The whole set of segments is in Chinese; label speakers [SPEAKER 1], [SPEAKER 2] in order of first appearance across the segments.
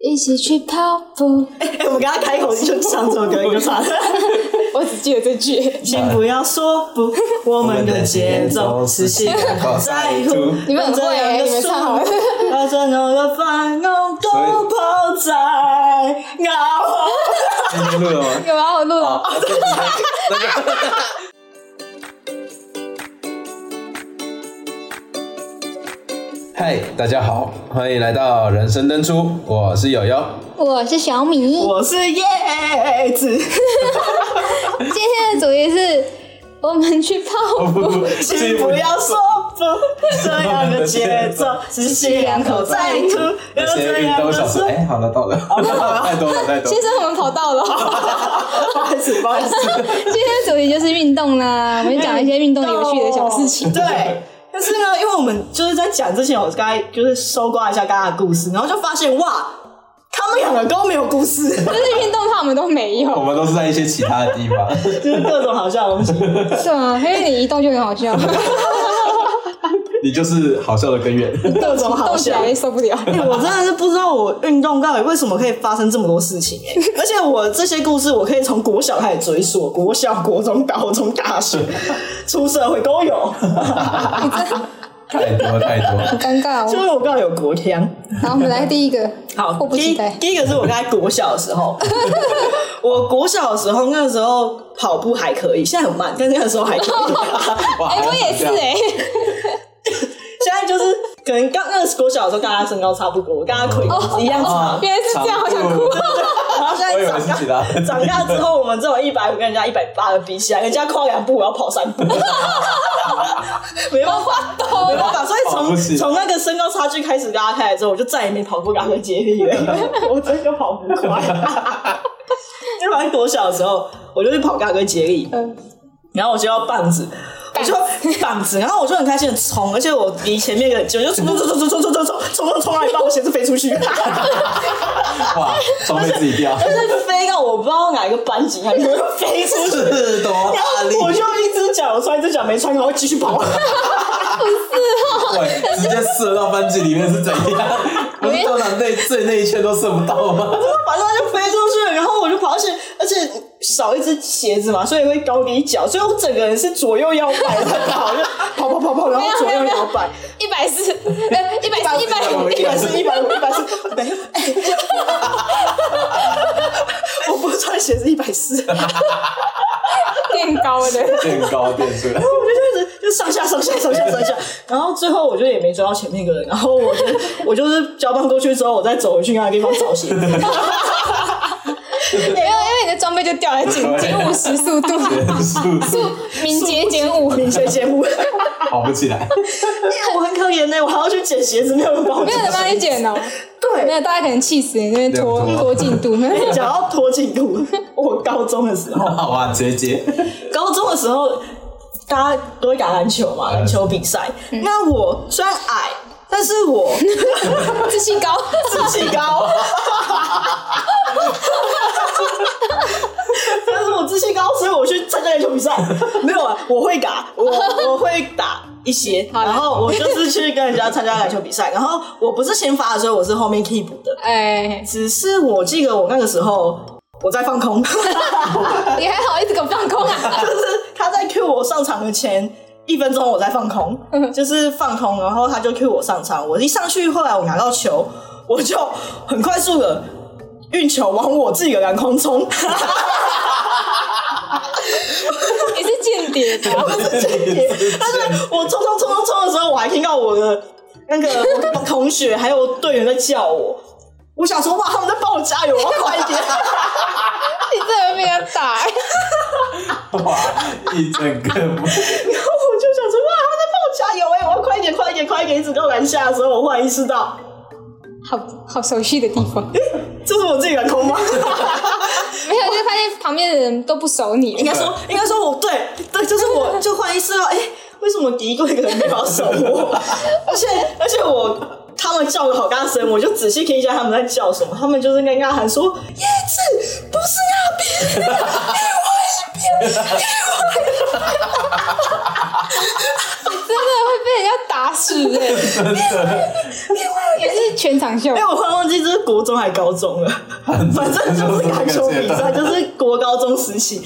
[SPEAKER 1] 一起去跑步。
[SPEAKER 2] 哎、 我们刚刚开口就唱这首歌，你就 唱。
[SPEAKER 3] 我只记得这句。
[SPEAKER 2] 先不要说不，我们的节奏是 心口在乎。
[SPEAKER 3] 你们很会欸你们唱好了
[SPEAKER 2] 把所有的烦恼都抛在脑后。
[SPEAKER 4] 今天录了吗？
[SPEAKER 3] 有啊，我录了。
[SPEAKER 4] 哦，对那就 嗨，大家好，欢迎来到人生登出，我是友友。
[SPEAKER 1] 我是小米，
[SPEAKER 2] 我是叶子，
[SPEAKER 1] 今天的主题是我们去泡步。
[SPEAKER 2] 先不要说不，这样的节 奏是心口在乎。
[SPEAKER 4] 那
[SPEAKER 2] 有
[SPEAKER 4] 些
[SPEAKER 2] 这
[SPEAKER 4] 运
[SPEAKER 2] 样
[SPEAKER 4] 动
[SPEAKER 2] 的
[SPEAKER 4] 小
[SPEAKER 2] 说
[SPEAKER 4] 时，啊哎，好了，到了， 太多了，太多
[SPEAKER 3] 先
[SPEAKER 4] 了。
[SPEAKER 3] 生，我们跑到了。
[SPEAKER 2] 不好意思，不好意思。
[SPEAKER 1] 今天的主题就是运动啦，我们就讲一些运动有趣的小事情。
[SPEAKER 2] 哦对，但是呢，因为我们就是在讲之前，我刚才就是搜刮一下刚刚的故事，然后就发现哇，他们两个都没有故事，
[SPEAKER 3] 就是运动怕我们都没
[SPEAKER 4] 我
[SPEAKER 3] 有。
[SPEAKER 4] 们都是在一些其他的地 方，
[SPEAKER 2] 就是各种好笑的东西。
[SPEAKER 1] 是啊，因为你一动就很好笑，
[SPEAKER 4] 你就是好笑的根源。
[SPEAKER 2] 各种好
[SPEAKER 3] 动起
[SPEAKER 2] 笑
[SPEAKER 3] 来。受不了。
[SPEAKER 2] 哎我真的是不知道我运动到底为什么可以发生这么多事情、 哎而且我这些故事我可以从国小开始追溯，国小、国中、高中、大 学、出社会都 有。哎
[SPEAKER 4] 太多太多，
[SPEAKER 1] 尴尬
[SPEAKER 2] 就
[SPEAKER 1] 哦。
[SPEAKER 2] 是我刚才有国腔。
[SPEAKER 1] 好，我们来第一个，
[SPEAKER 2] 好，
[SPEAKER 1] 迫不
[SPEAKER 2] 第
[SPEAKER 1] 及
[SPEAKER 2] 一
[SPEAKER 1] 待。
[SPEAKER 2] 第一个是我刚才国小的时候， 我国小的时候那个时候跑步还可以，现在很慢，但是那个时候还可 以。
[SPEAKER 4] 哇！
[SPEAKER 3] 哎，我也是哎，
[SPEAKER 2] 现在就是可能刚那个国小的时候，跟大家身高差不多，跟大家腿
[SPEAKER 4] 哦
[SPEAKER 2] 一样长。
[SPEAKER 3] 原来是这样，好想哭。
[SPEAKER 2] 然后现
[SPEAKER 4] 我
[SPEAKER 2] 在
[SPEAKER 4] 以为
[SPEAKER 2] 长
[SPEAKER 4] 是其他
[SPEAKER 2] 大， 长大之后，我们这种一百五跟人家一百八的比起来，人家跨两步，我要跑三 步， 没办法，没办法。所以
[SPEAKER 4] 跑不
[SPEAKER 2] 从
[SPEAKER 4] 起
[SPEAKER 2] 从那个身高差距开始拉开来之后，我就再也没跑过两个接力了，我真的跑不快。因为反正多小的时候，我就去跑高跟接力，
[SPEAKER 3] 嗯
[SPEAKER 2] 然后我就要棒子，我就棒子，然后我就很开心的冲，而且我离前面的就就冲冲冲冲冲冲冲冲冲冲冲冲到一半，我鞋子飞出去，
[SPEAKER 4] 哇，装备自己 掉，
[SPEAKER 2] 就是飞到我不知道哪一个班级，还没有飞出去，
[SPEAKER 4] 是多
[SPEAKER 2] 然
[SPEAKER 4] 大力啊
[SPEAKER 2] 后？我就一只脚我穿一只脚没穿，然后继续跑。
[SPEAKER 4] 喂，直接射到班级里面是怎 样？不是通常内最内一圈都射不到吗？
[SPEAKER 2] 反正它就飞出去，然后我就跑，而且而且少一只鞋子嘛，所以会高低脚，所以我整个人是左右摇摆的跑，就跑跑跑跑，然后左右摇摆，
[SPEAKER 3] 一百四，呃，一百四，一百五，
[SPEAKER 2] 一百四一百五一百四，没有，我不穿鞋子一百四，然后
[SPEAKER 3] 变高的。
[SPEAKER 4] 变高变出 来，
[SPEAKER 2] 我就一直就上下上下上下上下，然后最后我就也没追到前面一个人，然后我就我就是交棒过去之后，我再走回去那个地方找鞋子。
[SPEAKER 3] 没有，因为你的装备就掉了减减五十速度，
[SPEAKER 4] 人数
[SPEAKER 3] 敏捷减五。
[SPEAKER 2] 明显节目，
[SPEAKER 4] 跑不起 来，
[SPEAKER 2] 我很可怜呢、我还要去捡鞋子，没有人帮我
[SPEAKER 3] 没
[SPEAKER 2] 捡
[SPEAKER 3] 有人帮你剪哦，
[SPEAKER 2] 对
[SPEAKER 3] 没有，大家可能气死你那边拖
[SPEAKER 4] 两拖
[SPEAKER 3] 拖进度， 没有
[SPEAKER 2] 讲到拖进度，我哦高中的时候，
[SPEAKER 4] 好啊，直接
[SPEAKER 2] 高中的时候大家都会打篮球嘛，篮球比赛。
[SPEAKER 3] 嗯
[SPEAKER 2] 那我虽然矮，但是我
[SPEAKER 3] 自信高，
[SPEAKER 2] 志气高， 但是我志气高，所以我去参加篮球比赛。没有啊，我会打， 我我会打一些，
[SPEAKER 3] 好啦
[SPEAKER 2] 然后我就是去跟人家参加篮球比赛。然后我不是先发的时候，我是后面替补的。
[SPEAKER 3] 哎，
[SPEAKER 2] 只是我记得我那个时候我在放空。
[SPEAKER 3] 你还好意思给我放空啊？
[SPEAKER 2] 就是他在 Q 我上场的前一分钟，我在放空，就是放空，然后他就 Q 我上场。我一上去，后来我拿到球，我就很快速的运球往我自己的篮筐冲，
[SPEAKER 3] 你是间谍吧？
[SPEAKER 2] 但是我冲冲冲冲冲的时候，我还听到我的那个我同学还有队员在叫我。我想说，哇，他们在帮我加油，我要快一点。
[SPEAKER 3] 你真的会被他打？
[SPEAKER 4] 哇，一整个
[SPEAKER 2] 然后我就想说，哇，他们在帮我加油哎、我要快一点，快一点，快一点，一直到篮下的时候，我忽然意识到，
[SPEAKER 3] 好好熟悉的地方，没
[SPEAKER 2] 这是我自己的空吗？
[SPEAKER 3] 有，就是发现旁边的人都不熟你
[SPEAKER 2] 应，该说，应该说我对对，就是我就忽然意识到，哎、为什么敌对的人没法守我？而且而且我他们叫的好大声，我就仔细听一下他们在叫什么。他们就是跟大家喊说：“叶子不是那边。”
[SPEAKER 3] 真的会被人家打死哎、
[SPEAKER 4] 真的，
[SPEAKER 3] 也是全场秀
[SPEAKER 2] 因为。我快忘记这是国中还高中了， 反正就是篮球比赛，就是国高中时 期。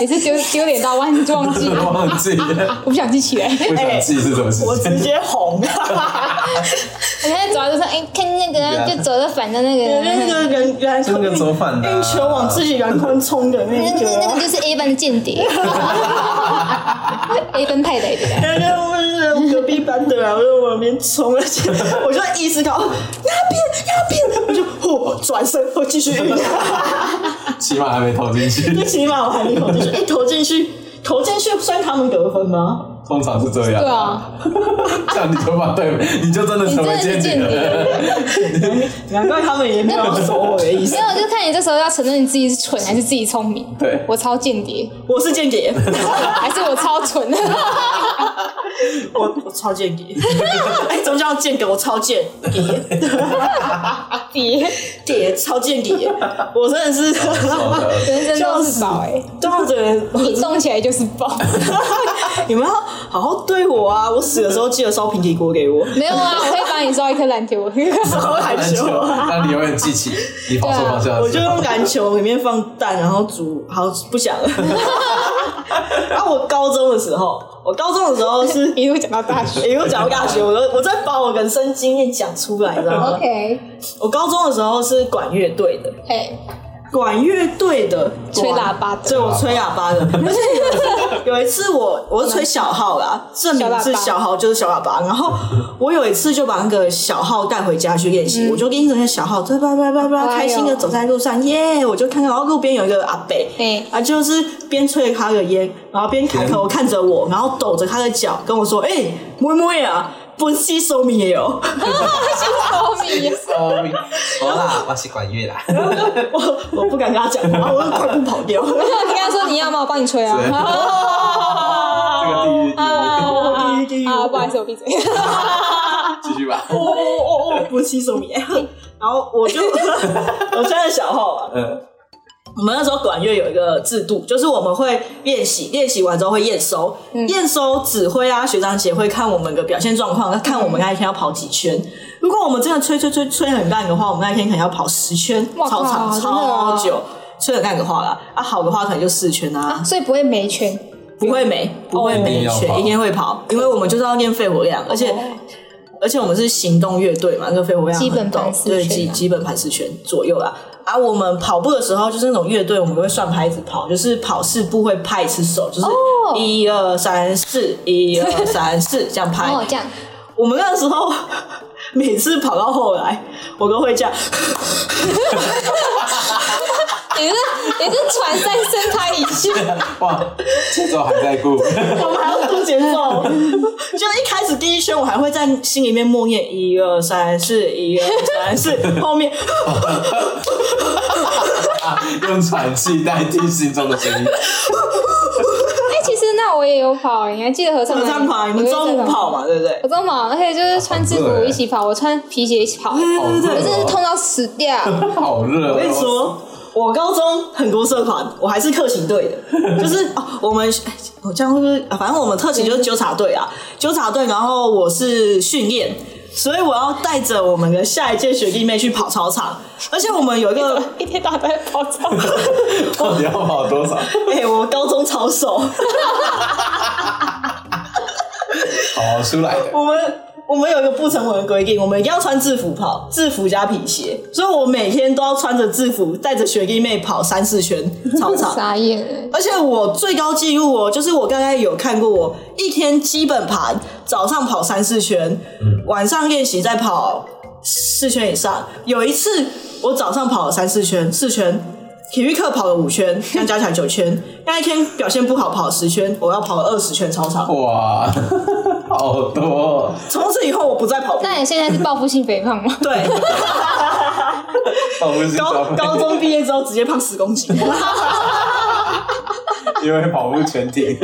[SPEAKER 3] 也是丢丢脸到忘记忘记，
[SPEAKER 4] 忘记了，
[SPEAKER 3] 我不想记起来。
[SPEAKER 4] 不想记是什么事
[SPEAKER 2] 哎我直
[SPEAKER 4] 情。
[SPEAKER 2] 接红
[SPEAKER 1] 我
[SPEAKER 2] 了，
[SPEAKER 1] 现在主要就是哎、看那个啊
[SPEAKER 4] 对啊
[SPEAKER 1] 就走到反的那个
[SPEAKER 2] 因
[SPEAKER 1] 啊，
[SPEAKER 2] 为那个人哎篮球
[SPEAKER 4] 那个走反的啊
[SPEAKER 2] 运球往自己篮筐冲的那
[SPEAKER 1] 那
[SPEAKER 2] 一
[SPEAKER 1] 个
[SPEAKER 2] 个
[SPEAKER 1] 那
[SPEAKER 2] 啊
[SPEAKER 1] 个。就是 A 班的间 谍，A 班派来的。
[SPEAKER 2] 那个我是隔壁班的啊，我就往那边冲，而且我就意识到哦那边那边，我就哦转身，我继续运。
[SPEAKER 4] 起码还没投进
[SPEAKER 2] 最
[SPEAKER 4] 去，
[SPEAKER 2] 起码我还没投进去，哎、投进去，投进去算他们得分吗？
[SPEAKER 4] 通常是这样。
[SPEAKER 3] 对，啊，
[SPEAKER 4] 这样你就把对，你就真的成为间谍
[SPEAKER 3] 你真的
[SPEAKER 4] 了。
[SPEAKER 2] 难怪他们也没有收我的意思
[SPEAKER 3] 没。有就看你这时候要承认你自己是蠢还是自己聪明。
[SPEAKER 4] 对
[SPEAKER 3] 我超间谍，
[SPEAKER 2] 我是间谍，
[SPEAKER 3] 还是我超 蠢？
[SPEAKER 2] 我我超间谍。哎、怎么叫间谍？我超间谍，
[SPEAKER 3] 谍，
[SPEAKER 2] 谍超间谍，我真的是。
[SPEAKER 4] 好的
[SPEAKER 3] 人生都是宝哎、
[SPEAKER 2] 对啊，这人，
[SPEAKER 3] 一动起来就是爆。
[SPEAKER 2] 你们要好好对我啊！我死的时候记得烧平底锅给我。
[SPEAKER 3] 没有啊，我会帮你烧一颗篮球。
[SPEAKER 2] 烧篮
[SPEAKER 4] 篮
[SPEAKER 2] 球
[SPEAKER 4] 球，
[SPEAKER 2] 啊，
[SPEAKER 4] 那你永远记起你跑错方 向
[SPEAKER 2] 我
[SPEAKER 4] 的时
[SPEAKER 2] 就
[SPEAKER 4] 候。
[SPEAKER 2] 用篮球里面放蛋，然后煮。好，不想了。 啊，我高中的时候，我高中的时候是
[SPEAKER 3] 一路讲到大学，
[SPEAKER 2] 也有讲到大学，我都我在把我人生经验讲出来，你知道吗
[SPEAKER 1] OK，
[SPEAKER 2] 我高中的时候是管乐队的，
[SPEAKER 3] 哎，
[SPEAKER 2] 管乐队的
[SPEAKER 3] 吹喇叭的
[SPEAKER 2] 对我吹喇叭的。 而且有一次我我是吹小号啦，证明是小号就是小喇叭。然后我有一次就把那个小号带回家去练习，我就跟着那小号，对叭叭叭叭，
[SPEAKER 3] 嗯哎呦
[SPEAKER 2] 开心的走在路上，耶！我就看到路边有一个阿伯，
[SPEAKER 3] 对
[SPEAKER 2] 啊，就是边吹他的烟，然后边抬头看着我，然后抖着他的脚跟我说：“哎、妹妹啊，本西收米也有。”
[SPEAKER 3] 超迷。
[SPEAKER 4] 好啦，我是管乐啦。
[SPEAKER 2] 我我不敢跟他讲话，我快步跑掉。
[SPEAKER 3] 你跟他说你要吗？我帮你吹啊。
[SPEAKER 4] 对这个地狱地狱，
[SPEAKER 3] 啊
[SPEAKER 2] 地狱地狱
[SPEAKER 3] 啊！不好意思，我闭嘴。
[SPEAKER 4] 继续吧。
[SPEAKER 2] 哦哦哦，不吸收你。 然后我就 我穿着小号啊，
[SPEAKER 4] 嗯，
[SPEAKER 2] 我们那时候管乐有一个制度，就是我们会练习，练习完之后会验收，
[SPEAKER 3] 嗯
[SPEAKER 2] 验收指挥啊学长姐会看我们的表现状况，看我们那一天要跑几圈。如果我们真的吹吹吹吹很烂的话，我们那一天可能要跑十圈
[SPEAKER 3] 哇靠
[SPEAKER 2] 操场，
[SPEAKER 3] 真的啊
[SPEAKER 2] 超久。吹很烂的话啦，啊好的话可能就四圈 啊
[SPEAKER 3] 所以不会没圈，
[SPEAKER 2] 不会没，不会
[SPEAKER 4] 一定
[SPEAKER 2] 没
[SPEAKER 4] 要跑
[SPEAKER 2] 选，一定会跑，哦因为我们就是要练肺活量，而且而且我们是行动乐队嘛，那个肺活量
[SPEAKER 1] 基本
[SPEAKER 2] 很陡
[SPEAKER 1] 盘四
[SPEAKER 2] 对
[SPEAKER 1] 圈
[SPEAKER 2] 基
[SPEAKER 1] 啊
[SPEAKER 2] 基本盘四圈左右啦。啊，我们跑步的时候就是那种乐队，我们会算拍子跑，就是跑四步会拍一次手，就是
[SPEAKER 1] 哦
[SPEAKER 2] 一二三四，一二 三四这样拍。
[SPEAKER 3] 哎哦
[SPEAKER 1] 然后哦这样，
[SPEAKER 2] 我们那时候 每次跑到后来，我都会这样。
[SPEAKER 3] 你是你是传三声开一 句，
[SPEAKER 4] 哇，节奏还在顾，
[SPEAKER 2] 我们还要读节奏，就一开始第一圈我还会在心里面默念一二三四一二三四，后面
[SPEAKER 4] 用喘气代替心中的声 音。
[SPEAKER 3] 哎、其实那我也有跑、欸你还记得合
[SPEAKER 2] 我
[SPEAKER 3] 唱
[SPEAKER 2] 们
[SPEAKER 3] 吗？
[SPEAKER 2] 在跑，你们中午跑嘛，对不对
[SPEAKER 3] 我？中午跑，而且就是穿制服一起跑，我穿皮鞋一起跑，我
[SPEAKER 4] 对
[SPEAKER 3] 真的是痛到死掉。
[SPEAKER 4] 好热。哦
[SPEAKER 2] 我跟你，说。我高中很多社团，我还是特勤队的，就是哦，我们哎我这样会不会？啊反正我们特勤就是纠察队啊，纠察队，然后我是训练，所以我要带着我们的下一届学弟妹去跑操场，而且我们有一个
[SPEAKER 3] 一天到晚在跑操，
[SPEAKER 4] 到底要跑多少？
[SPEAKER 2] 哎、我高中超瘦，
[SPEAKER 4] 跑出来的。
[SPEAKER 2] 我们我们有一个不成文的规定，我们一定要穿制服跑，制服加皮鞋，所以我每天都要穿着制服，带着学弟妹跑三四圈操 场。
[SPEAKER 3] 傻眼了。
[SPEAKER 2] 而且我最高纪录哦，就是我刚刚有看过，我一天基本盘早上跑三四圈，晚上练习再跑四圈以上。有一次我早上跑了三四圈，四圈。体育课跑了五圈，这样加起来九圈。那一天表现不好，跑了十圈，我要跑了二十圈操场。
[SPEAKER 4] 哇， 好多。哦
[SPEAKER 2] 从此以后，我不再跑步。
[SPEAKER 3] 那你现在是报复性肥胖 吗？
[SPEAKER 2] 对，
[SPEAKER 4] 我不是
[SPEAKER 2] 高高中毕业之后直接胖十公 斤，
[SPEAKER 4] 因为跑步全停。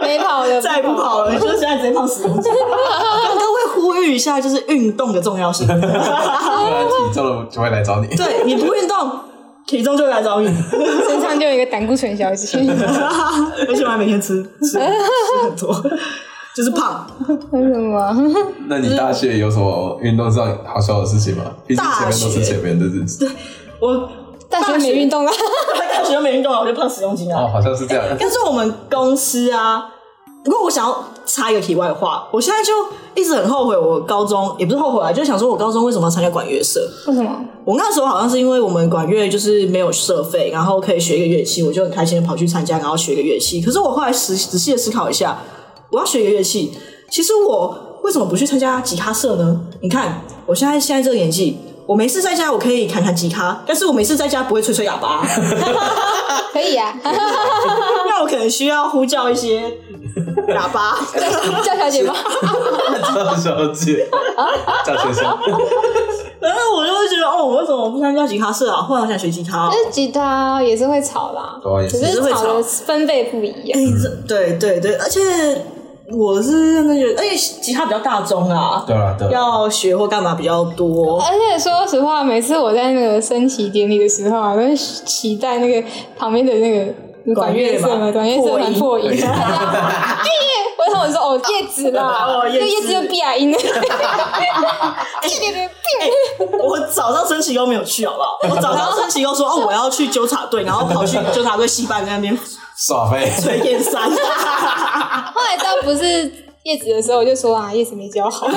[SPEAKER 3] 没跑了，
[SPEAKER 2] 再也不跑了，就是现在直接胖十公 斤。跟各位呼吁一下，就是运动的重要 性。
[SPEAKER 4] 不然体重了就会来找你。
[SPEAKER 2] 对，你不运动，体重就会来找你，
[SPEAKER 3] 身上就有一个胆固醇小姐。
[SPEAKER 2] 而且我还每天吃吃吃很多。就是胖。
[SPEAKER 1] 为什么？
[SPEAKER 4] 那你大学有什么运动上好笑的事情吗？毕竟前面都是前面的日子。
[SPEAKER 2] 我
[SPEAKER 1] 大学没运动啊，
[SPEAKER 2] 大学没运动啊，我就胖十公斤啊。
[SPEAKER 4] 哦，好像是 这样。
[SPEAKER 2] 但是我们公司啊，不过我想要插一个题外话，我现在就一直很后悔，我高中也不是后悔啊，就想说我高中为什么要参加管乐社？
[SPEAKER 1] 为什么？
[SPEAKER 2] 我那时候好像是因为我们管乐就是没有社费，然后可以学一个乐器，我就很开心的跑去参加，然后学一个乐器。可是我后来仔仔细的思考一下，我要学一个乐器，其实我为什么不去参加吉他社呢？你看我现在现在这个年纪。我没事在家，我可以弹弹吉他，但是我没事在家不会吹吹哑巴。
[SPEAKER 1] 可以啊，
[SPEAKER 2] 那我可能需要呼叫一些喇叭，
[SPEAKER 1] 叫小姐吧。
[SPEAKER 4] 赵小姐，赵先生，
[SPEAKER 2] 然后我就会觉得，哦，我为什么不参加吉他社啊？后来我想学吉他、哦
[SPEAKER 1] 但。是吉他也是会吵啦，
[SPEAKER 4] 对啊也是
[SPEAKER 1] 只是吵的分贝不一样。
[SPEAKER 2] 哎，这对对对，而且我是认真觉得，而且吉他比较大众啊，
[SPEAKER 4] 对啊对啊
[SPEAKER 2] 要学或干嘛比较多。
[SPEAKER 1] 而且说实话，每次我在那个升旗典礼的时候啊，都会期待那个旁边的那个
[SPEAKER 2] 管乐
[SPEAKER 1] 乐
[SPEAKER 2] 嘛
[SPEAKER 1] 社嘛，管乐社
[SPEAKER 2] 破
[SPEAKER 1] 很
[SPEAKER 2] 音
[SPEAKER 1] 破音。毕业， 我跟他们说哦，叶子啦，
[SPEAKER 2] 哦叶
[SPEAKER 1] 就
[SPEAKER 2] 子
[SPEAKER 1] 叶子就闭啊音。
[SPEAKER 2] 哎我早上升旗都没有去，好不好？我早上升旗都说，哦，我要去纠察队，然后跑去纠察队戏班在那边
[SPEAKER 4] 耍飞，
[SPEAKER 2] 吹燕山。
[SPEAKER 1] 后来到不是叶子的时候，我就说啊，叶子没教好，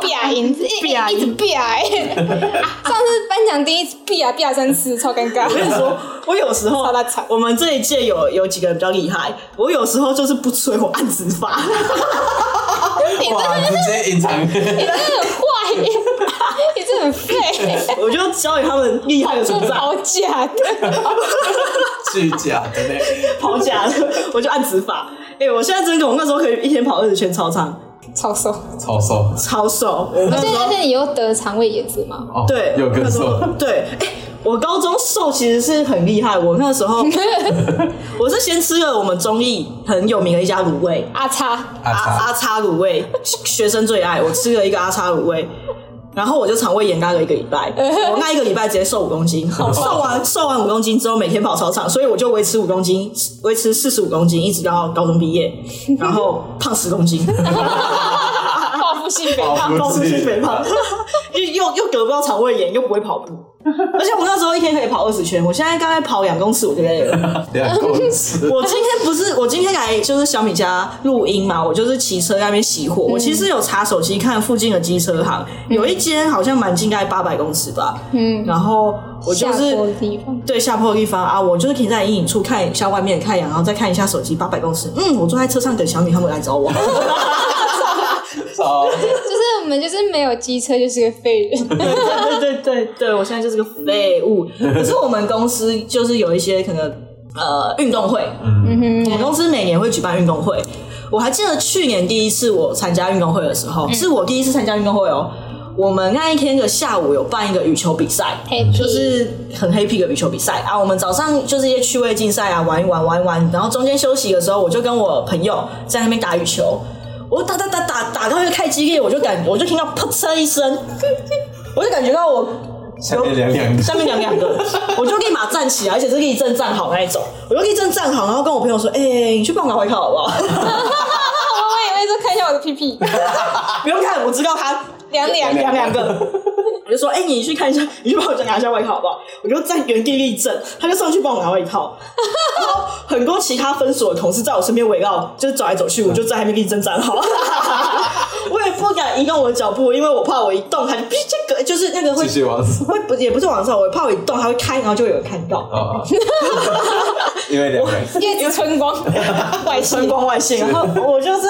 [SPEAKER 1] 闭啊音，
[SPEAKER 2] 闭啊音
[SPEAKER 1] 一直闭 啊。上次颁奖第一次闭啊闭啊三次，超尴尬。
[SPEAKER 2] 我跟你说，我有时候
[SPEAKER 1] 超大场
[SPEAKER 2] 我们这一届有有几个人比较厉害，我有时候就是不吹，我按直发。
[SPEAKER 4] 哇，直接隐藏，
[SPEAKER 1] 你真的很坏耶， 你真的很废，
[SPEAKER 2] 我就教给他们厉害的存
[SPEAKER 1] 这
[SPEAKER 2] 在，
[SPEAKER 1] 好假的。
[SPEAKER 4] 虚假的嘞，
[SPEAKER 2] 跑假的， 我就按指法。哎、我现在真的，我那时候可以一天跑二十圈操场，
[SPEAKER 1] 超瘦，
[SPEAKER 4] 超瘦
[SPEAKER 2] 超瘦。我那
[SPEAKER 1] 所以
[SPEAKER 2] 时
[SPEAKER 1] 那
[SPEAKER 2] 候
[SPEAKER 1] 是你又得肠胃炎是吗？
[SPEAKER 4] 哦，
[SPEAKER 2] 对，
[SPEAKER 4] 又更
[SPEAKER 2] 那时候
[SPEAKER 4] 瘦，
[SPEAKER 2] 对。哎我高中瘦其实是很厉害，我那时 候我是先吃了我们中立很有名的一家卤味，
[SPEAKER 1] 阿 叉，
[SPEAKER 4] 阿
[SPEAKER 2] 阿
[SPEAKER 4] 叉
[SPEAKER 2] 阿叉卤味，学生最爱。我吃了一个阿叉卤味，然后我就肠胃炎干了一个礼拜，我那一个礼拜直接瘦五公 斤，瘦完瘦完五公斤之后每天跑操场，所以我就维持五公斤，维持四十五公斤，一直到高中毕业，然后胖十公 斤，
[SPEAKER 1] 报复性肥胖，
[SPEAKER 4] 报
[SPEAKER 2] 高
[SPEAKER 4] 复
[SPEAKER 2] 出去
[SPEAKER 4] 性
[SPEAKER 2] 肥 胖，又又又得不到肠胃炎，又不会跑步。而且我那时候一天可以跑二十圈，我现在大概跑两公尺我就累了。
[SPEAKER 4] 两公 尺，
[SPEAKER 2] 我今天不是，我今天来就是小米家录音嘛，我就是骑车在那边熄
[SPEAKER 1] 嗯
[SPEAKER 2] 火。我其实有查手机看附近的机车行，有一间好像蛮近，大概八百公尺吧。嗯，然后我就
[SPEAKER 1] 下坡的
[SPEAKER 2] 是
[SPEAKER 1] 地方。
[SPEAKER 2] 对下坡的地方啊，我就是停在阴影处看一下外面的太阳，然后再看一下手机，八百公尺。嗯，我坐在车上等小米他们来找我。
[SPEAKER 4] 超
[SPEAKER 1] 就是我们就是没有机车就是个废人，
[SPEAKER 2] 对对对对，我现在就是个废物。可是我们公司就是有一些可能呃运动会，嗯我们公司每年会举办运动会。我还记得去年第一次我参加运动会的时候，是我第一次参加运动会哦。我们那一天的下午有办一个羽球比赛，
[SPEAKER 4] 嗯
[SPEAKER 2] 就是很黑皮的羽球比赛啊。我们早上就是一些趣味竞赛啊，玩一玩，玩一玩。然后中间休息的时候，我就跟我朋友在那边打羽球。我打打打打打到一个太激烈，我就感我就听到噗嗤一声，我就感觉到我
[SPEAKER 4] 下面两两
[SPEAKER 2] 下面两两个，我就立马站起来，而且是立正站好那一种，我就立正站好，然后跟我朋友说：“哎、你去帮我拿外套好不好
[SPEAKER 1] 我也会说看一下我的屁屁，？”
[SPEAKER 2] 不用看，我知道他
[SPEAKER 1] 凉凉
[SPEAKER 2] 两两个。我就说，哎、你去看一下，你去帮我拿一下外套好不好？我就在原地立正，他就上去帮我拿外套。然后很多其他分所的同事在我身边围绕，就是走来走去，我就在那边立正站好。我也不敢移动我的脚步，因为我怕我一动，他就哔这个就是那个会
[SPEAKER 4] 继续往上
[SPEAKER 2] 会不也不是往上，我怕我一动它会开，然后就会有人看到。
[SPEAKER 4] 哦，因为两 两
[SPEAKER 1] 叶子春光，外泄
[SPEAKER 2] 春光外泄，然后我就是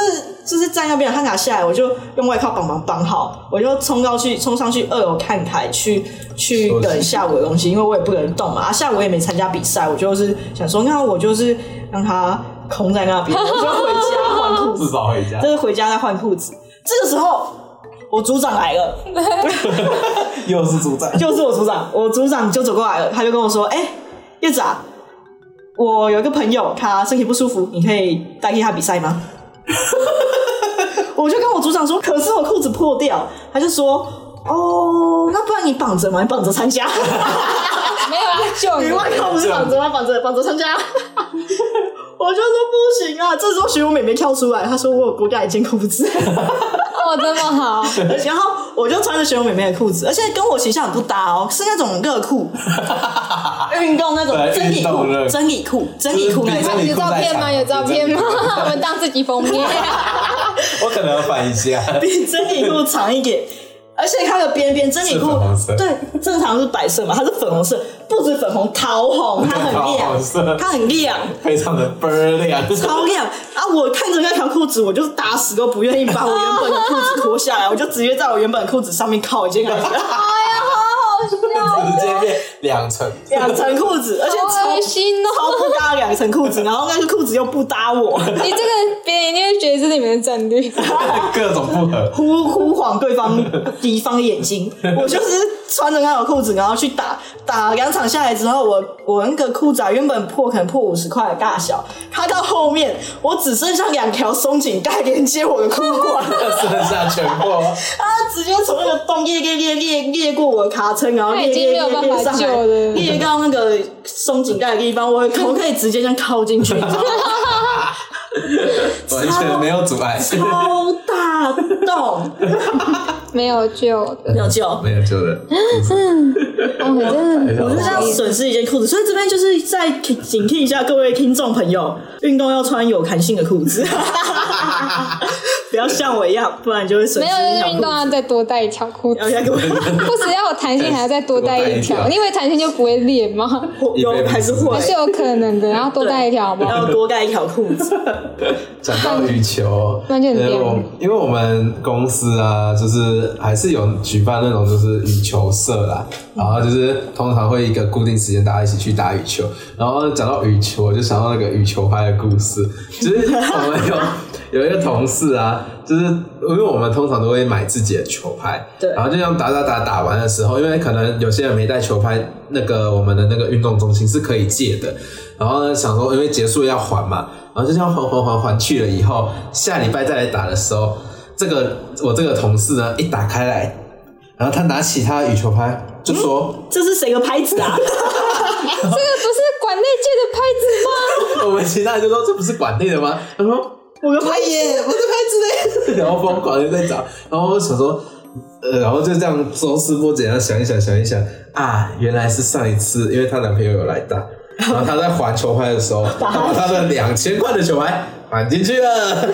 [SPEAKER 2] 就是在那边，他拿下来，我就用外套绑绑绑好，我就冲到去冲上去二楼看台去去
[SPEAKER 4] 休息
[SPEAKER 2] 等下午的东西，因为我也不能动嘛，啊，下午我也没参加比赛，我就是想说，那我就是让它空在那边，我就回家换裤
[SPEAKER 4] 至
[SPEAKER 2] 子，
[SPEAKER 4] 少回家
[SPEAKER 2] 就是回家再换裤子。这个时候，我组长来了。
[SPEAKER 4] 又是主宰，
[SPEAKER 2] 就是我组长，我组长就走过来了，他就跟我说：“哎、叶子啊，我有一个朋友，他身体不舒服，你可以代替他比赛吗？” 我就跟我组长说：“可是我裤子破掉。”他就说：“哦，那不然你绑着嘛，你绑着参加。
[SPEAKER 1] 没有啊，就
[SPEAKER 2] 你
[SPEAKER 1] 你
[SPEAKER 2] 外套不是绑着吗？绑着绑着参加。” 我就说不行啊！这时候徐茹美没跳出来，她说我有锅盖一件裤子，
[SPEAKER 1] 哦，这么好，
[SPEAKER 2] 然后我就穿着徐茹美美的裤子，而且跟我形象很不搭哦，是那种热 裤，运动那种
[SPEAKER 4] 对
[SPEAKER 2] 真理
[SPEAKER 4] 运动热
[SPEAKER 2] 裤、真理裤、真理裤那
[SPEAKER 4] 就是
[SPEAKER 2] 种
[SPEAKER 4] 比。
[SPEAKER 1] 有照片吗？有照片吗？我们当自己封 面，哎
[SPEAKER 4] 我可能要反一下，
[SPEAKER 2] 比真理裤长一点，而且它的边边真理
[SPEAKER 4] 是
[SPEAKER 2] 裤
[SPEAKER 4] 粉红色
[SPEAKER 2] 对正常是白色嘛，它是粉红色，不止粉红，桃红，它很
[SPEAKER 4] 桃红色
[SPEAKER 2] 亮，它很亮。
[SPEAKER 4] 非常的倍儿 亮，
[SPEAKER 2] 超亮啊！我看着那条裤子，我就是打死都不愿意把我原本的裤子脱下来，我就直接在我原本的裤子上面靠一件感觉
[SPEAKER 4] 直接变两层。
[SPEAKER 2] 两层裤子，而且
[SPEAKER 1] 好
[SPEAKER 2] 超
[SPEAKER 1] 恶心哦！
[SPEAKER 2] 超不搭的两层裤子，然后那个裤子又不搭我，
[SPEAKER 1] 你这个别人一定会觉得这是你们的战 略，
[SPEAKER 4] 各种不合，
[SPEAKER 2] 呼呼晃对方敌方眼睛。我就是穿着那条裤子，然后去打打两场下来之后，我我那个裤子啊，原本破可能破五十块的大小，它到后面我只剩下两条松紧带连接我的裤管。
[SPEAKER 4] 剩下全部哦
[SPEAKER 2] 他直接从那个洞裂裂裂裂裂过我的卡车，然后
[SPEAKER 1] 他
[SPEAKER 2] 裂
[SPEAKER 1] 已经
[SPEAKER 2] 裂
[SPEAKER 1] 没有
[SPEAKER 2] 裂
[SPEAKER 1] 办
[SPEAKER 2] 裂
[SPEAKER 1] 法
[SPEAKER 2] 上
[SPEAKER 1] 救
[SPEAKER 2] 来，
[SPEAKER 1] 了
[SPEAKER 2] 裂到那个松紧带的地方，我我可以直接这样靠进去，
[SPEAKER 4] 完全没有阻碍，
[SPEAKER 2] 超大洞，
[SPEAKER 1] 没有救 的。
[SPEAKER 2] 呃没有救。我
[SPEAKER 4] 没有救的。
[SPEAKER 1] 哦，我真的，
[SPEAKER 2] 就这样损失一件裤子，所以这边就是在警惕一下各位听众朋友，运动要穿有弹性的裤子， 不要像我一样，不然你就会损
[SPEAKER 1] 没
[SPEAKER 2] 失
[SPEAKER 1] 有，
[SPEAKER 2] 一
[SPEAKER 1] 就是
[SPEAKER 2] 条
[SPEAKER 1] 运动啊
[SPEAKER 2] 裤
[SPEAKER 1] 要再多带一条裤
[SPEAKER 2] 子。
[SPEAKER 1] 子
[SPEAKER 2] 要，下各位，
[SPEAKER 1] 不只要有弹性，还要再多带一
[SPEAKER 4] 多
[SPEAKER 1] 条。
[SPEAKER 4] 带一条
[SPEAKER 1] 你以为弹性就不会裂 吗？
[SPEAKER 2] 有还是会
[SPEAKER 1] 还是有可能的，然后多带一条好不好？
[SPEAKER 2] 要多盖一条裤子。
[SPEAKER 4] 讲到羽球，
[SPEAKER 1] 那就很
[SPEAKER 4] 因为我
[SPEAKER 1] 丢
[SPEAKER 4] 因为我们公司啊，就是还是有举办那种就是羽球社啦，然后就是通常会一个固定时间大家一起去打羽球。然后讲到羽球，我就想到那个羽球拍的故事，就是我们有有一个同事啊，就是因为我们通常都会买自己的球拍，
[SPEAKER 2] 对
[SPEAKER 4] 然后就这样打打打打完的时候，因为可能有些人没带球拍，那个我们的那个运动中心是可以借的。然后呢，想说因为结束要还嘛，然后就这样还还还还去了以后，下礼拜再来打的时候，这个我这个同事呢一打开来，然后他拿起他的羽球拍就说。
[SPEAKER 2] 这是谁的拍子 啊？
[SPEAKER 1] 这个不是馆内界的拍子吗？
[SPEAKER 4] 我们其他人就说这不是馆内的吗？他说
[SPEAKER 2] 我的拍子。
[SPEAKER 4] 耶，我的拍子嘞，然后疯狂的在找， 然后我想说，呃，然后就这样抽丝剥茧，然后想一想，想一想啊，原来是上一次，因为她男朋友有来打，然后她在还球拍的时候，她把她的两千块的球拍还进去了，。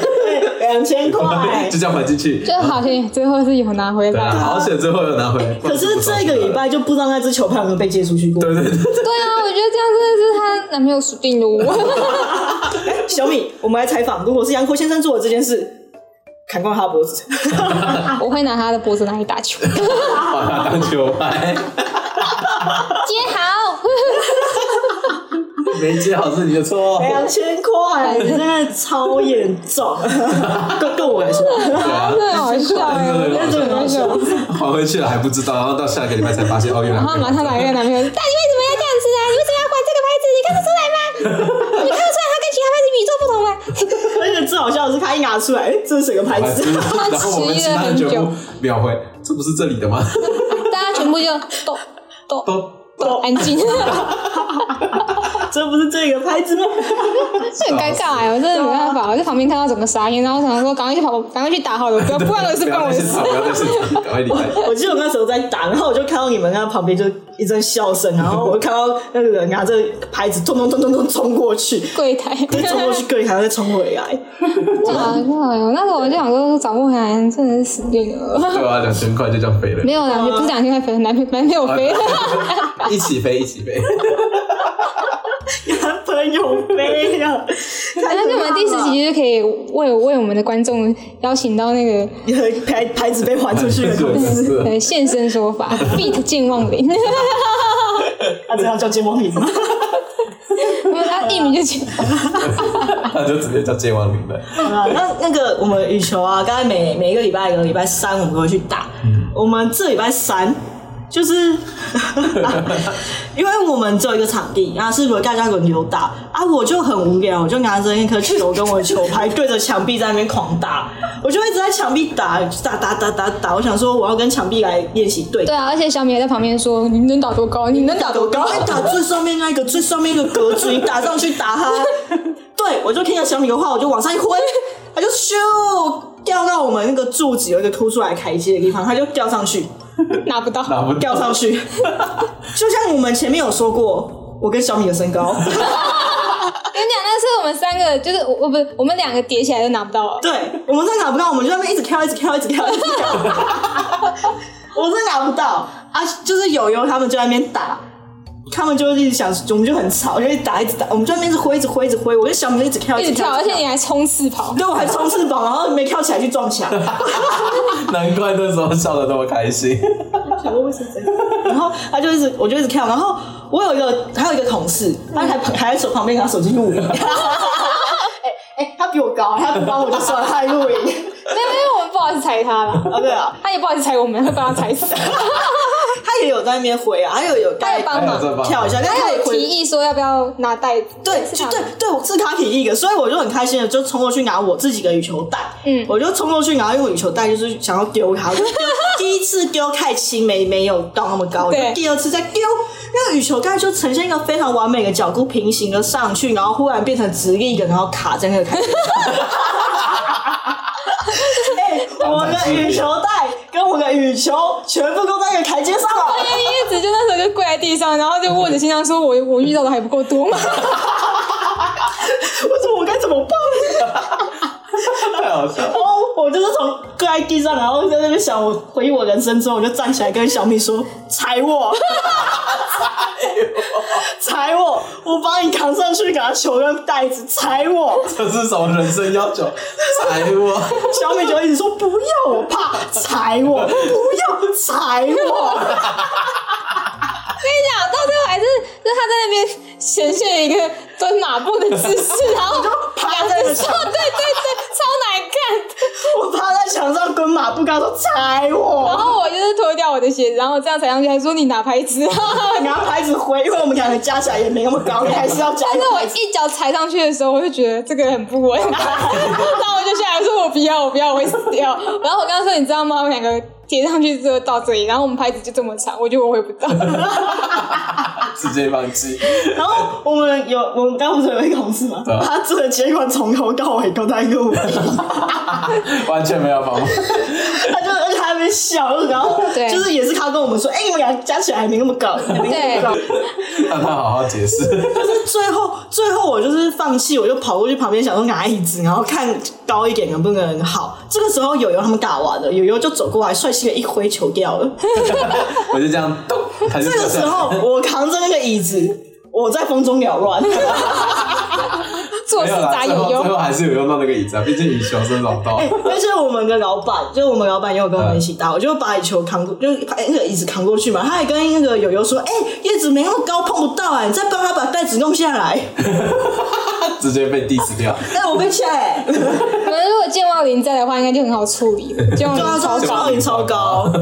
[SPEAKER 2] 两千块
[SPEAKER 4] 就这样还进去，
[SPEAKER 1] 就好像最后是有拿回
[SPEAKER 4] 对
[SPEAKER 1] 来。
[SPEAKER 4] 啊，好险最后有拿回来。
[SPEAKER 2] 可是这个礼拜就不知道那只球拍有没有被借出去过。
[SPEAKER 4] 对对对，
[SPEAKER 1] 对啊，我觉得这样真的是她男朋友死定了 我。
[SPEAKER 2] 哎小米，我们来采访，如果是杨阔先生做的这件事，砍光他的脖子。
[SPEAKER 1] 我会拿她的脖子拿去打 球，
[SPEAKER 4] 把它当球拍，
[SPEAKER 1] 接好。
[SPEAKER 4] 没接好是你的错。
[SPEAKER 2] 两千块，哎真的超严重， 对对我来说，
[SPEAKER 4] 对啊
[SPEAKER 1] 真的好笑哎、
[SPEAKER 4] 真的很
[SPEAKER 1] 好
[SPEAKER 4] 好
[SPEAKER 1] 笑。
[SPEAKER 4] 还回去了还不知道，然后到下个礼拜才发现哦，原来
[SPEAKER 1] 然后马上来一个男朋友，那你为什么要这样子啊？你为什么要还这个牌子？你看得出来吗？ 你看得出来它跟其他牌子与众不同吗？
[SPEAKER 2] 而且最好笑的是，他一拿出来，哎这是谁的牌
[SPEAKER 4] 然
[SPEAKER 2] 子？
[SPEAKER 4] 后我们其他人全部秒回，这不是这里的吗？
[SPEAKER 1] 大家全部就都都
[SPEAKER 4] 都
[SPEAKER 1] 都安静， 这
[SPEAKER 2] 这不是这个牌 子吗？
[SPEAKER 1] 很尴尬哎、我真的没办法，我在旁边看到整个傻眼，然后我想说赶快去跑，赶快去打好了， 不要不然我是
[SPEAKER 4] 不
[SPEAKER 1] 不然
[SPEAKER 4] 要
[SPEAKER 1] 我
[SPEAKER 4] 在
[SPEAKER 1] 是
[SPEAKER 4] 现。场，不要在现场，赶快离开。
[SPEAKER 2] 我记得我那时候在打，然后我就看到你们那旁边就一阵笑声，然后我就看到那个人拿着牌子，咚咚咚咚咚冲过去，
[SPEAKER 1] 柜台，
[SPEAKER 2] 再 冲过去柜台，再冲回来。
[SPEAKER 1] 啊，哎呦，那时候我就想说，找莫涵真的是死定 了。
[SPEAKER 4] 对啊，两千块就这样飞了
[SPEAKER 1] 没，有啦，不是两千块飞，男朋男朋友 飞，
[SPEAKER 4] 一起飞，一起飞。
[SPEAKER 2] 男朋友 飞了，
[SPEAKER 1] 哎那我们第十集就可以为为我们的观众邀请到那个
[SPEAKER 2] 牌牌子被还出去 了，
[SPEAKER 4] 是是是，
[SPEAKER 1] 呃现身说 法，beat 健忘 林，
[SPEAKER 2] 他这样叫金毛笔吗？
[SPEAKER 1] 因为他艺名就健，
[SPEAKER 4] 那就直接叫接王林了。
[SPEAKER 2] 啊，那那个我们羽球啊，刚才每每一个礼拜有礼拜三我们都会去打，我们这礼拜三。就是因为我们只有一个场地，然后是轮大家轮流打啊，我就很无聊，我就拿着那颗球跟我的球拍对着墙壁在那边狂打，我就一直在墙壁打打打打打打，我想说我要跟墙壁来练习对
[SPEAKER 1] 对啊，而且小米还在旁边说：“你能打多高？你能打多高
[SPEAKER 2] 赶快打最上面那一个，最上面那个格子，你打上去打它。 对我就听着小米的话，我就往上一挥，它就咻掉到我们那个柱子有一个凸出来台阶的地方，它就掉上去，
[SPEAKER 1] 拿不到，
[SPEAKER 4] 拿不
[SPEAKER 2] 掉上去。就像我们前面有说过，我跟小米的身高，
[SPEAKER 1] 我跟你讲，那是我们三个，就是我我不是我们两个叠起来就拿不到了。
[SPEAKER 2] 对我们真的拿不到，我们就在那边一直跳，一直跳，一直跳，一直跳。我真的拿不到啊！就是友友他们就在那边打，他们就一直想，我们就很吵，就一直打，一直打，我们就在那边一直挥，一直挥，一直挥。我跟小米就一直跳，
[SPEAKER 1] 一直跳，而且你还冲刺跑，
[SPEAKER 2] 对，我还冲翅膀，然后没跳起来去撞墙，
[SPEAKER 4] 难怪那时候笑得那么开心。
[SPEAKER 2] 想过为什么这样？然后他就一直，我就一直跳，然后我有一个，还有一个同事，他还还在手旁边拿手机录影。哎哎、他比我高，他不帮我就算了，他还录影。
[SPEAKER 1] 没有，因为我们不好意思踩他了，
[SPEAKER 2] 啊，对啊，
[SPEAKER 1] 他也不好意思踩我们，会把他踩 死。
[SPEAKER 2] 他也有在那边挥啊，他有有
[SPEAKER 1] 他
[SPEAKER 2] 带
[SPEAKER 1] 有 帮忙
[SPEAKER 2] 跳一下，但
[SPEAKER 1] 他
[SPEAKER 2] 他也
[SPEAKER 1] 有提
[SPEAKER 2] 挥。
[SPEAKER 1] 议说要不要拿袋子，
[SPEAKER 2] 对，
[SPEAKER 1] 是
[SPEAKER 2] 就
[SPEAKER 1] 他
[SPEAKER 2] 对对，我是他提议的，所以我就很开心的就冲过去拿我自己的羽球袋，
[SPEAKER 1] 嗯
[SPEAKER 2] 我就冲过去，然后用羽球袋就是想要丢他，我就丢第一次丢太轻，没没有到那么高，我就
[SPEAKER 1] 对
[SPEAKER 2] 第二次再丢，那个羽球盖就呈现一个非常完美的角度，平行的上去，然后忽然变成直立的，然后卡在那个台 阶上。哎我的羽球袋跟我的羽球全部都在那个台阶上了。
[SPEAKER 1] 一直就那时候就跪在地上，然后就握着心脏说我：“我遇到的还不够多 吗
[SPEAKER 2] 我怎么我该怎么办？
[SPEAKER 4] 太好笑了
[SPEAKER 2] 然后我就是从跪在地上，然后在那边想我回忆我人生之后，我就站起来跟小米说：“踩我， 踩我，我把你扛上去，给他球跟袋子，踩我。
[SPEAKER 4] 这是什么人生要求？踩我！”
[SPEAKER 2] 小米就一直说：“不要，我怕，踩我，不要，踩我。？”
[SPEAKER 1] 跟你讲，到最后还是就是他在那边显现一个蹲马步的姿势，然后
[SPEAKER 2] 就趴在那
[SPEAKER 1] 两只手，对对对，超难看。
[SPEAKER 2] 我趴在墙上蹲马步，跟他说：“踩
[SPEAKER 1] 然
[SPEAKER 2] 我。
[SPEAKER 1] 后我就是脱掉我的鞋子，然后这样踩上去，还说你哪牌子？”
[SPEAKER 2] 拿牌子挥，因为我们两个加起来也没那么高，你还是要加一
[SPEAKER 1] 但
[SPEAKER 2] 个
[SPEAKER 1] 是我
[SPEAKER 2] 牌子。
[SPEAKER 1] 一脚踩上去的时候，我就觉得这个很不稳， 然后我就下来说：“我不要，我不要，我会死掉。”然后我刚刚说：“你知道吗？我们两个贴上去之后到这里，然后我们牌子就这么长，我觉得我会 不到。
[SPEAKER 4] 直接放弃。
[SPEAKER 2] 然后我们有，我们刚不是有一个同事嘛，
[SPEAKER 4] 对啊
[SPEAKER 2] 他做的结果从头到尾都在 录，
[SPEAKER 4] 完全没有帮忙，
[SPEAKER 2] 他就而且他在那边笑，然后
[SPEAKER 1] 对
[SPEAKER 2] 就是也是他跟我们说，哎、你们俩加起来还没那么高，还没那么高。
[SPEAKER 4] 让他好好解释。
[SPEAKER 2] 就是最后最后我就是放弃，我就跑过去旁边想说拿椅子，然后看高一点能不能好。这个时候友友他们打完了，友友就走过来，率性的一挥球掉 了。
[SPEAKER 4] 我就这样动，还是
[SPEAKER 2] 这个时候我扛着那个椅子，我在风中缭乱。
[SPEAKER 1] 做
[SPEAKER 4] 没
[SPEAKER 1] 事
[SPEAKER 4] 有啦，
[SPEAKER 1] 咋
[SPEAKER 4] 最
[SPEAKER 1] 有
[SPEAKER 4] 后
[SPEAKER 1] 用
[SPEAKER 4] 最？后还是有用到那个椅子啊，毕竟羽球是老道
[SPEAKER 2] 哎、。但是我们的老板，就是我们老板也有跟我们一起打，我就把球扛过，就是把那个椅子扛过去嘛。他还跟那个友友说：“哎、叶子没那么高，碰不到哎、你再帮他把袋子弄下来。
[SPEAKER 4] 直接被 diss 掉，”
[SPEAKER 2] 哎，我被呛 哎、
[SPEAKER 1] 可能如果健忘林在的话，应该就很好处理 了。健忘
[SPEAKER 2] 对啊，
[SPEAKER 1] 林超高，
[SPEAKER 2] 超高，你超高，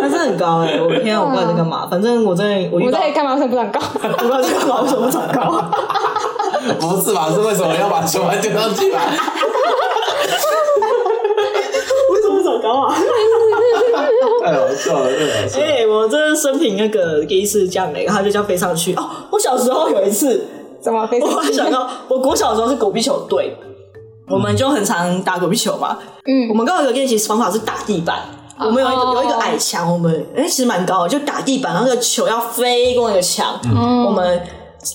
[SPEAKER 2] 他真的很高哎、我的天啊，我不知道你在干嘛，反正我真的我
[SPEAKER 1] 我
[SPEAKER 2] 遇
[SPEAKER 1] 们
[SPEAKER 2] 到
[SPEAKER 1] 在这里干嘛？为什么不长高？
[SPEAKER 2] 我不知道在干嘛，为什么长高？
[SPEAKER 4] 不是吧？是为什么要把球还丢上去 吧？啊
[SPEAKER 2] 为什么长高啊？
[SPEAKER 4] 太好笑了，太好笑
[SPEAKER 2] 哎、
[SPEAKER 4] 了！
[SPEAKER 2] 我这是生平那个第一次降雷，他就这样飞上去哦。我小时候有一次，
[SPEAKER 1] 怎么非常
[SPEAKER 2] 我还想到，我国小的时候是狗壁球队，我们就很常打狗壁球嘛。
[SPEAKER 1] 嗯
[SPEAKER 2] 我们刚有一个练习方法是打地板。我们有一个有一个矮墙，我们哎、其实蛮高的，就打地板，然后那个球要飞过那个墙，我们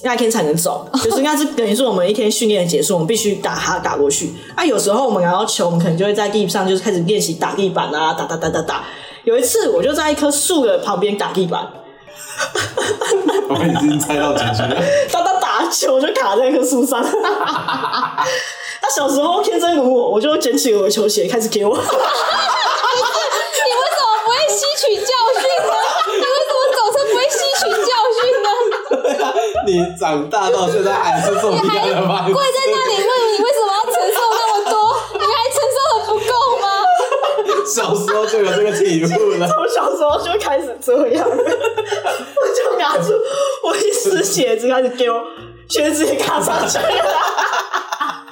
[SPEAKER 2] 那天才能走，就是那是等于是我们一天训练的结束，我们必须打它打过去。啊，有时候我们拿到球，我们可能就会在地上就是开始练习打地板啊，打打打打打。有一次我就在一棵树的旁边打地板，
[SPEAKER 4] 我已经猜到结局了，
[SPEAKER 2] 当他打球就卡在那棵树上。 他小时候天真如我，我就捡起我的球鞋开始给我。
[SPEAKER 1] 你为什么不会吸取教训呢？你为什么总是不会吸取教训呢？
[SPEAKER 4] 你长大到现在还是这么样的吗？
[SPEAKER 1] 跪在那里问你为什么要承受那么多？你们还承受的不够吗？
[SPEAKER 4] 小时候就有这个体悟了。
[SPEAKER 2] 从小时候就开始这样，我就拿出我一只鞋子开始丢，鞋子也卡上去 了。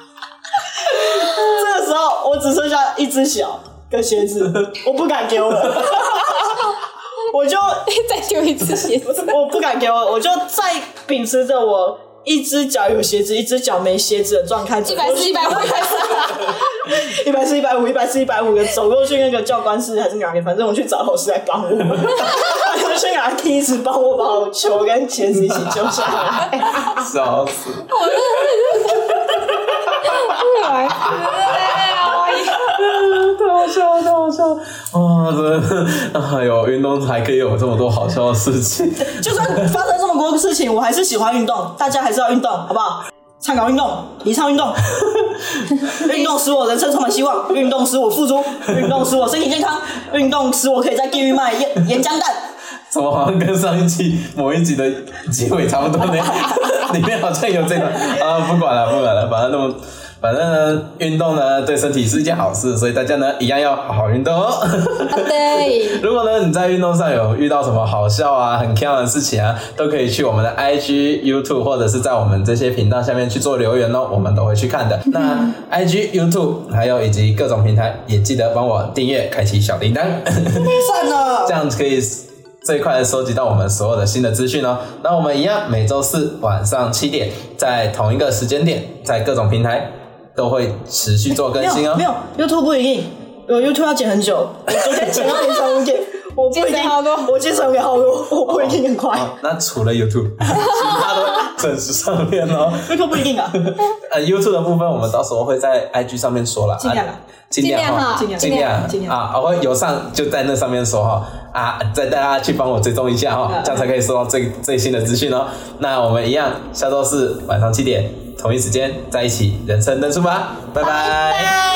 [SPEAKER 2] 这个时候我只剩下一只小跟鞋子，我 不敢丢了，我就
[SPEAKER 1] 再丢一次鞋子，
[SPEAKER 2] 我不敢给我，我就再秉持着我一只脚有鞋子，一只脚没鞋子的状态，
[SPEAKER 1] 一百四、一百五、一 百四，
[SPEAKER 2] 一百四、一百五、一百四、一百五的走过去那个教官室还是哪里，反正我去找老师来帮我，我去拿梯子帮我把我球跟鞋子一起揪下
[SPEAKER 1] 哎
[SPEAKER 2] 来。
[SPEAKER 4] 笑死！
[SPEAKER 1] 对 啊，我
[SPEAKER 4] 太好笑了，太好笑了！啊，真的，哎呦，运动还可以有这么多好笑的事情。
[SPEAKER 2] 就算发生这么多事情，我还是喜欢运动，大家还是要运动，好不好？倡导运动，提 倡运动，运动使我人生充满希望，运动使我付出，运动使我身体健康，运动使我可以在地狱卖岩岩浆蛋。
[SPEAKER 4] 怎么好像跟上一期某一集的结尾差不多 呢？里面好像有这个啊，不管了，不管了，反正那么，反正呢，运动呢对身体是一件好事，所以大家呢一样要好好运动哦。
[SPEAKER 1] 对，
[SPEAKER 4] 如果呢你在运动上有遇到什么好笑啊、很 c 的事情啊，都可以去我们的 IG、YouTube 或者是在我们这些频道下面去做留言哦，我们都会去看的。
[SPEAKER 2] 嗯
[SPEAKER 4] 那 IG、YouTube 还有以及各种平台也记得帮我订阅、开启小铃铛。
[SPEAKER 2] 算了
[SPEAKER 4] 这，样可以最快的收集到我们所有的新的资讯哦。那我们一样每周四晚上七点，在同一个时间点，在各种平台都会持续做更
[SPEAKER 2] 没
[SPEAKER 4] 新哦
[SPEAKER 2] 有没。有，YouTube 不一定，我 YouTube 要剪很久，我昨天剪到凌晨五点，我不一定
[SPEAKER 1] 剪好多，
[SPEAKER 2] 我剪成也好多，我不一定很快
[SPEAKER 4] 哦那除了 YouTube，其他的准时上面哦。
[SPEAKER 2] ，YouTube 不一定啊，
[SPEAKER 4] 呃，YouTube 的部分我们到时候会在 IG 上面说了，
[SPEAKER 2] 尽量
[SPEAKER 4] 啊
[SPEAKER 2] 啦
[SPEAKER 4] 尽量哈，
[SPEAKER 1] 尽
[SPEAKER 2] 量
[SPEAKER 4] 尽量
[SPEAKER 2] 尽量
[SPEAKER 4] 啊，我会有上就在那上面说哈啊，再大家去帮我追踪一下哈，
[SPEAKER 2] 嗯
[SPEAKER 4] 这样才可以收到最最新的资讯哦。那我们一样，下周四晚上七点同一时间在一起人生登出吧，拜拜。
[SPEAKER 1] 拜。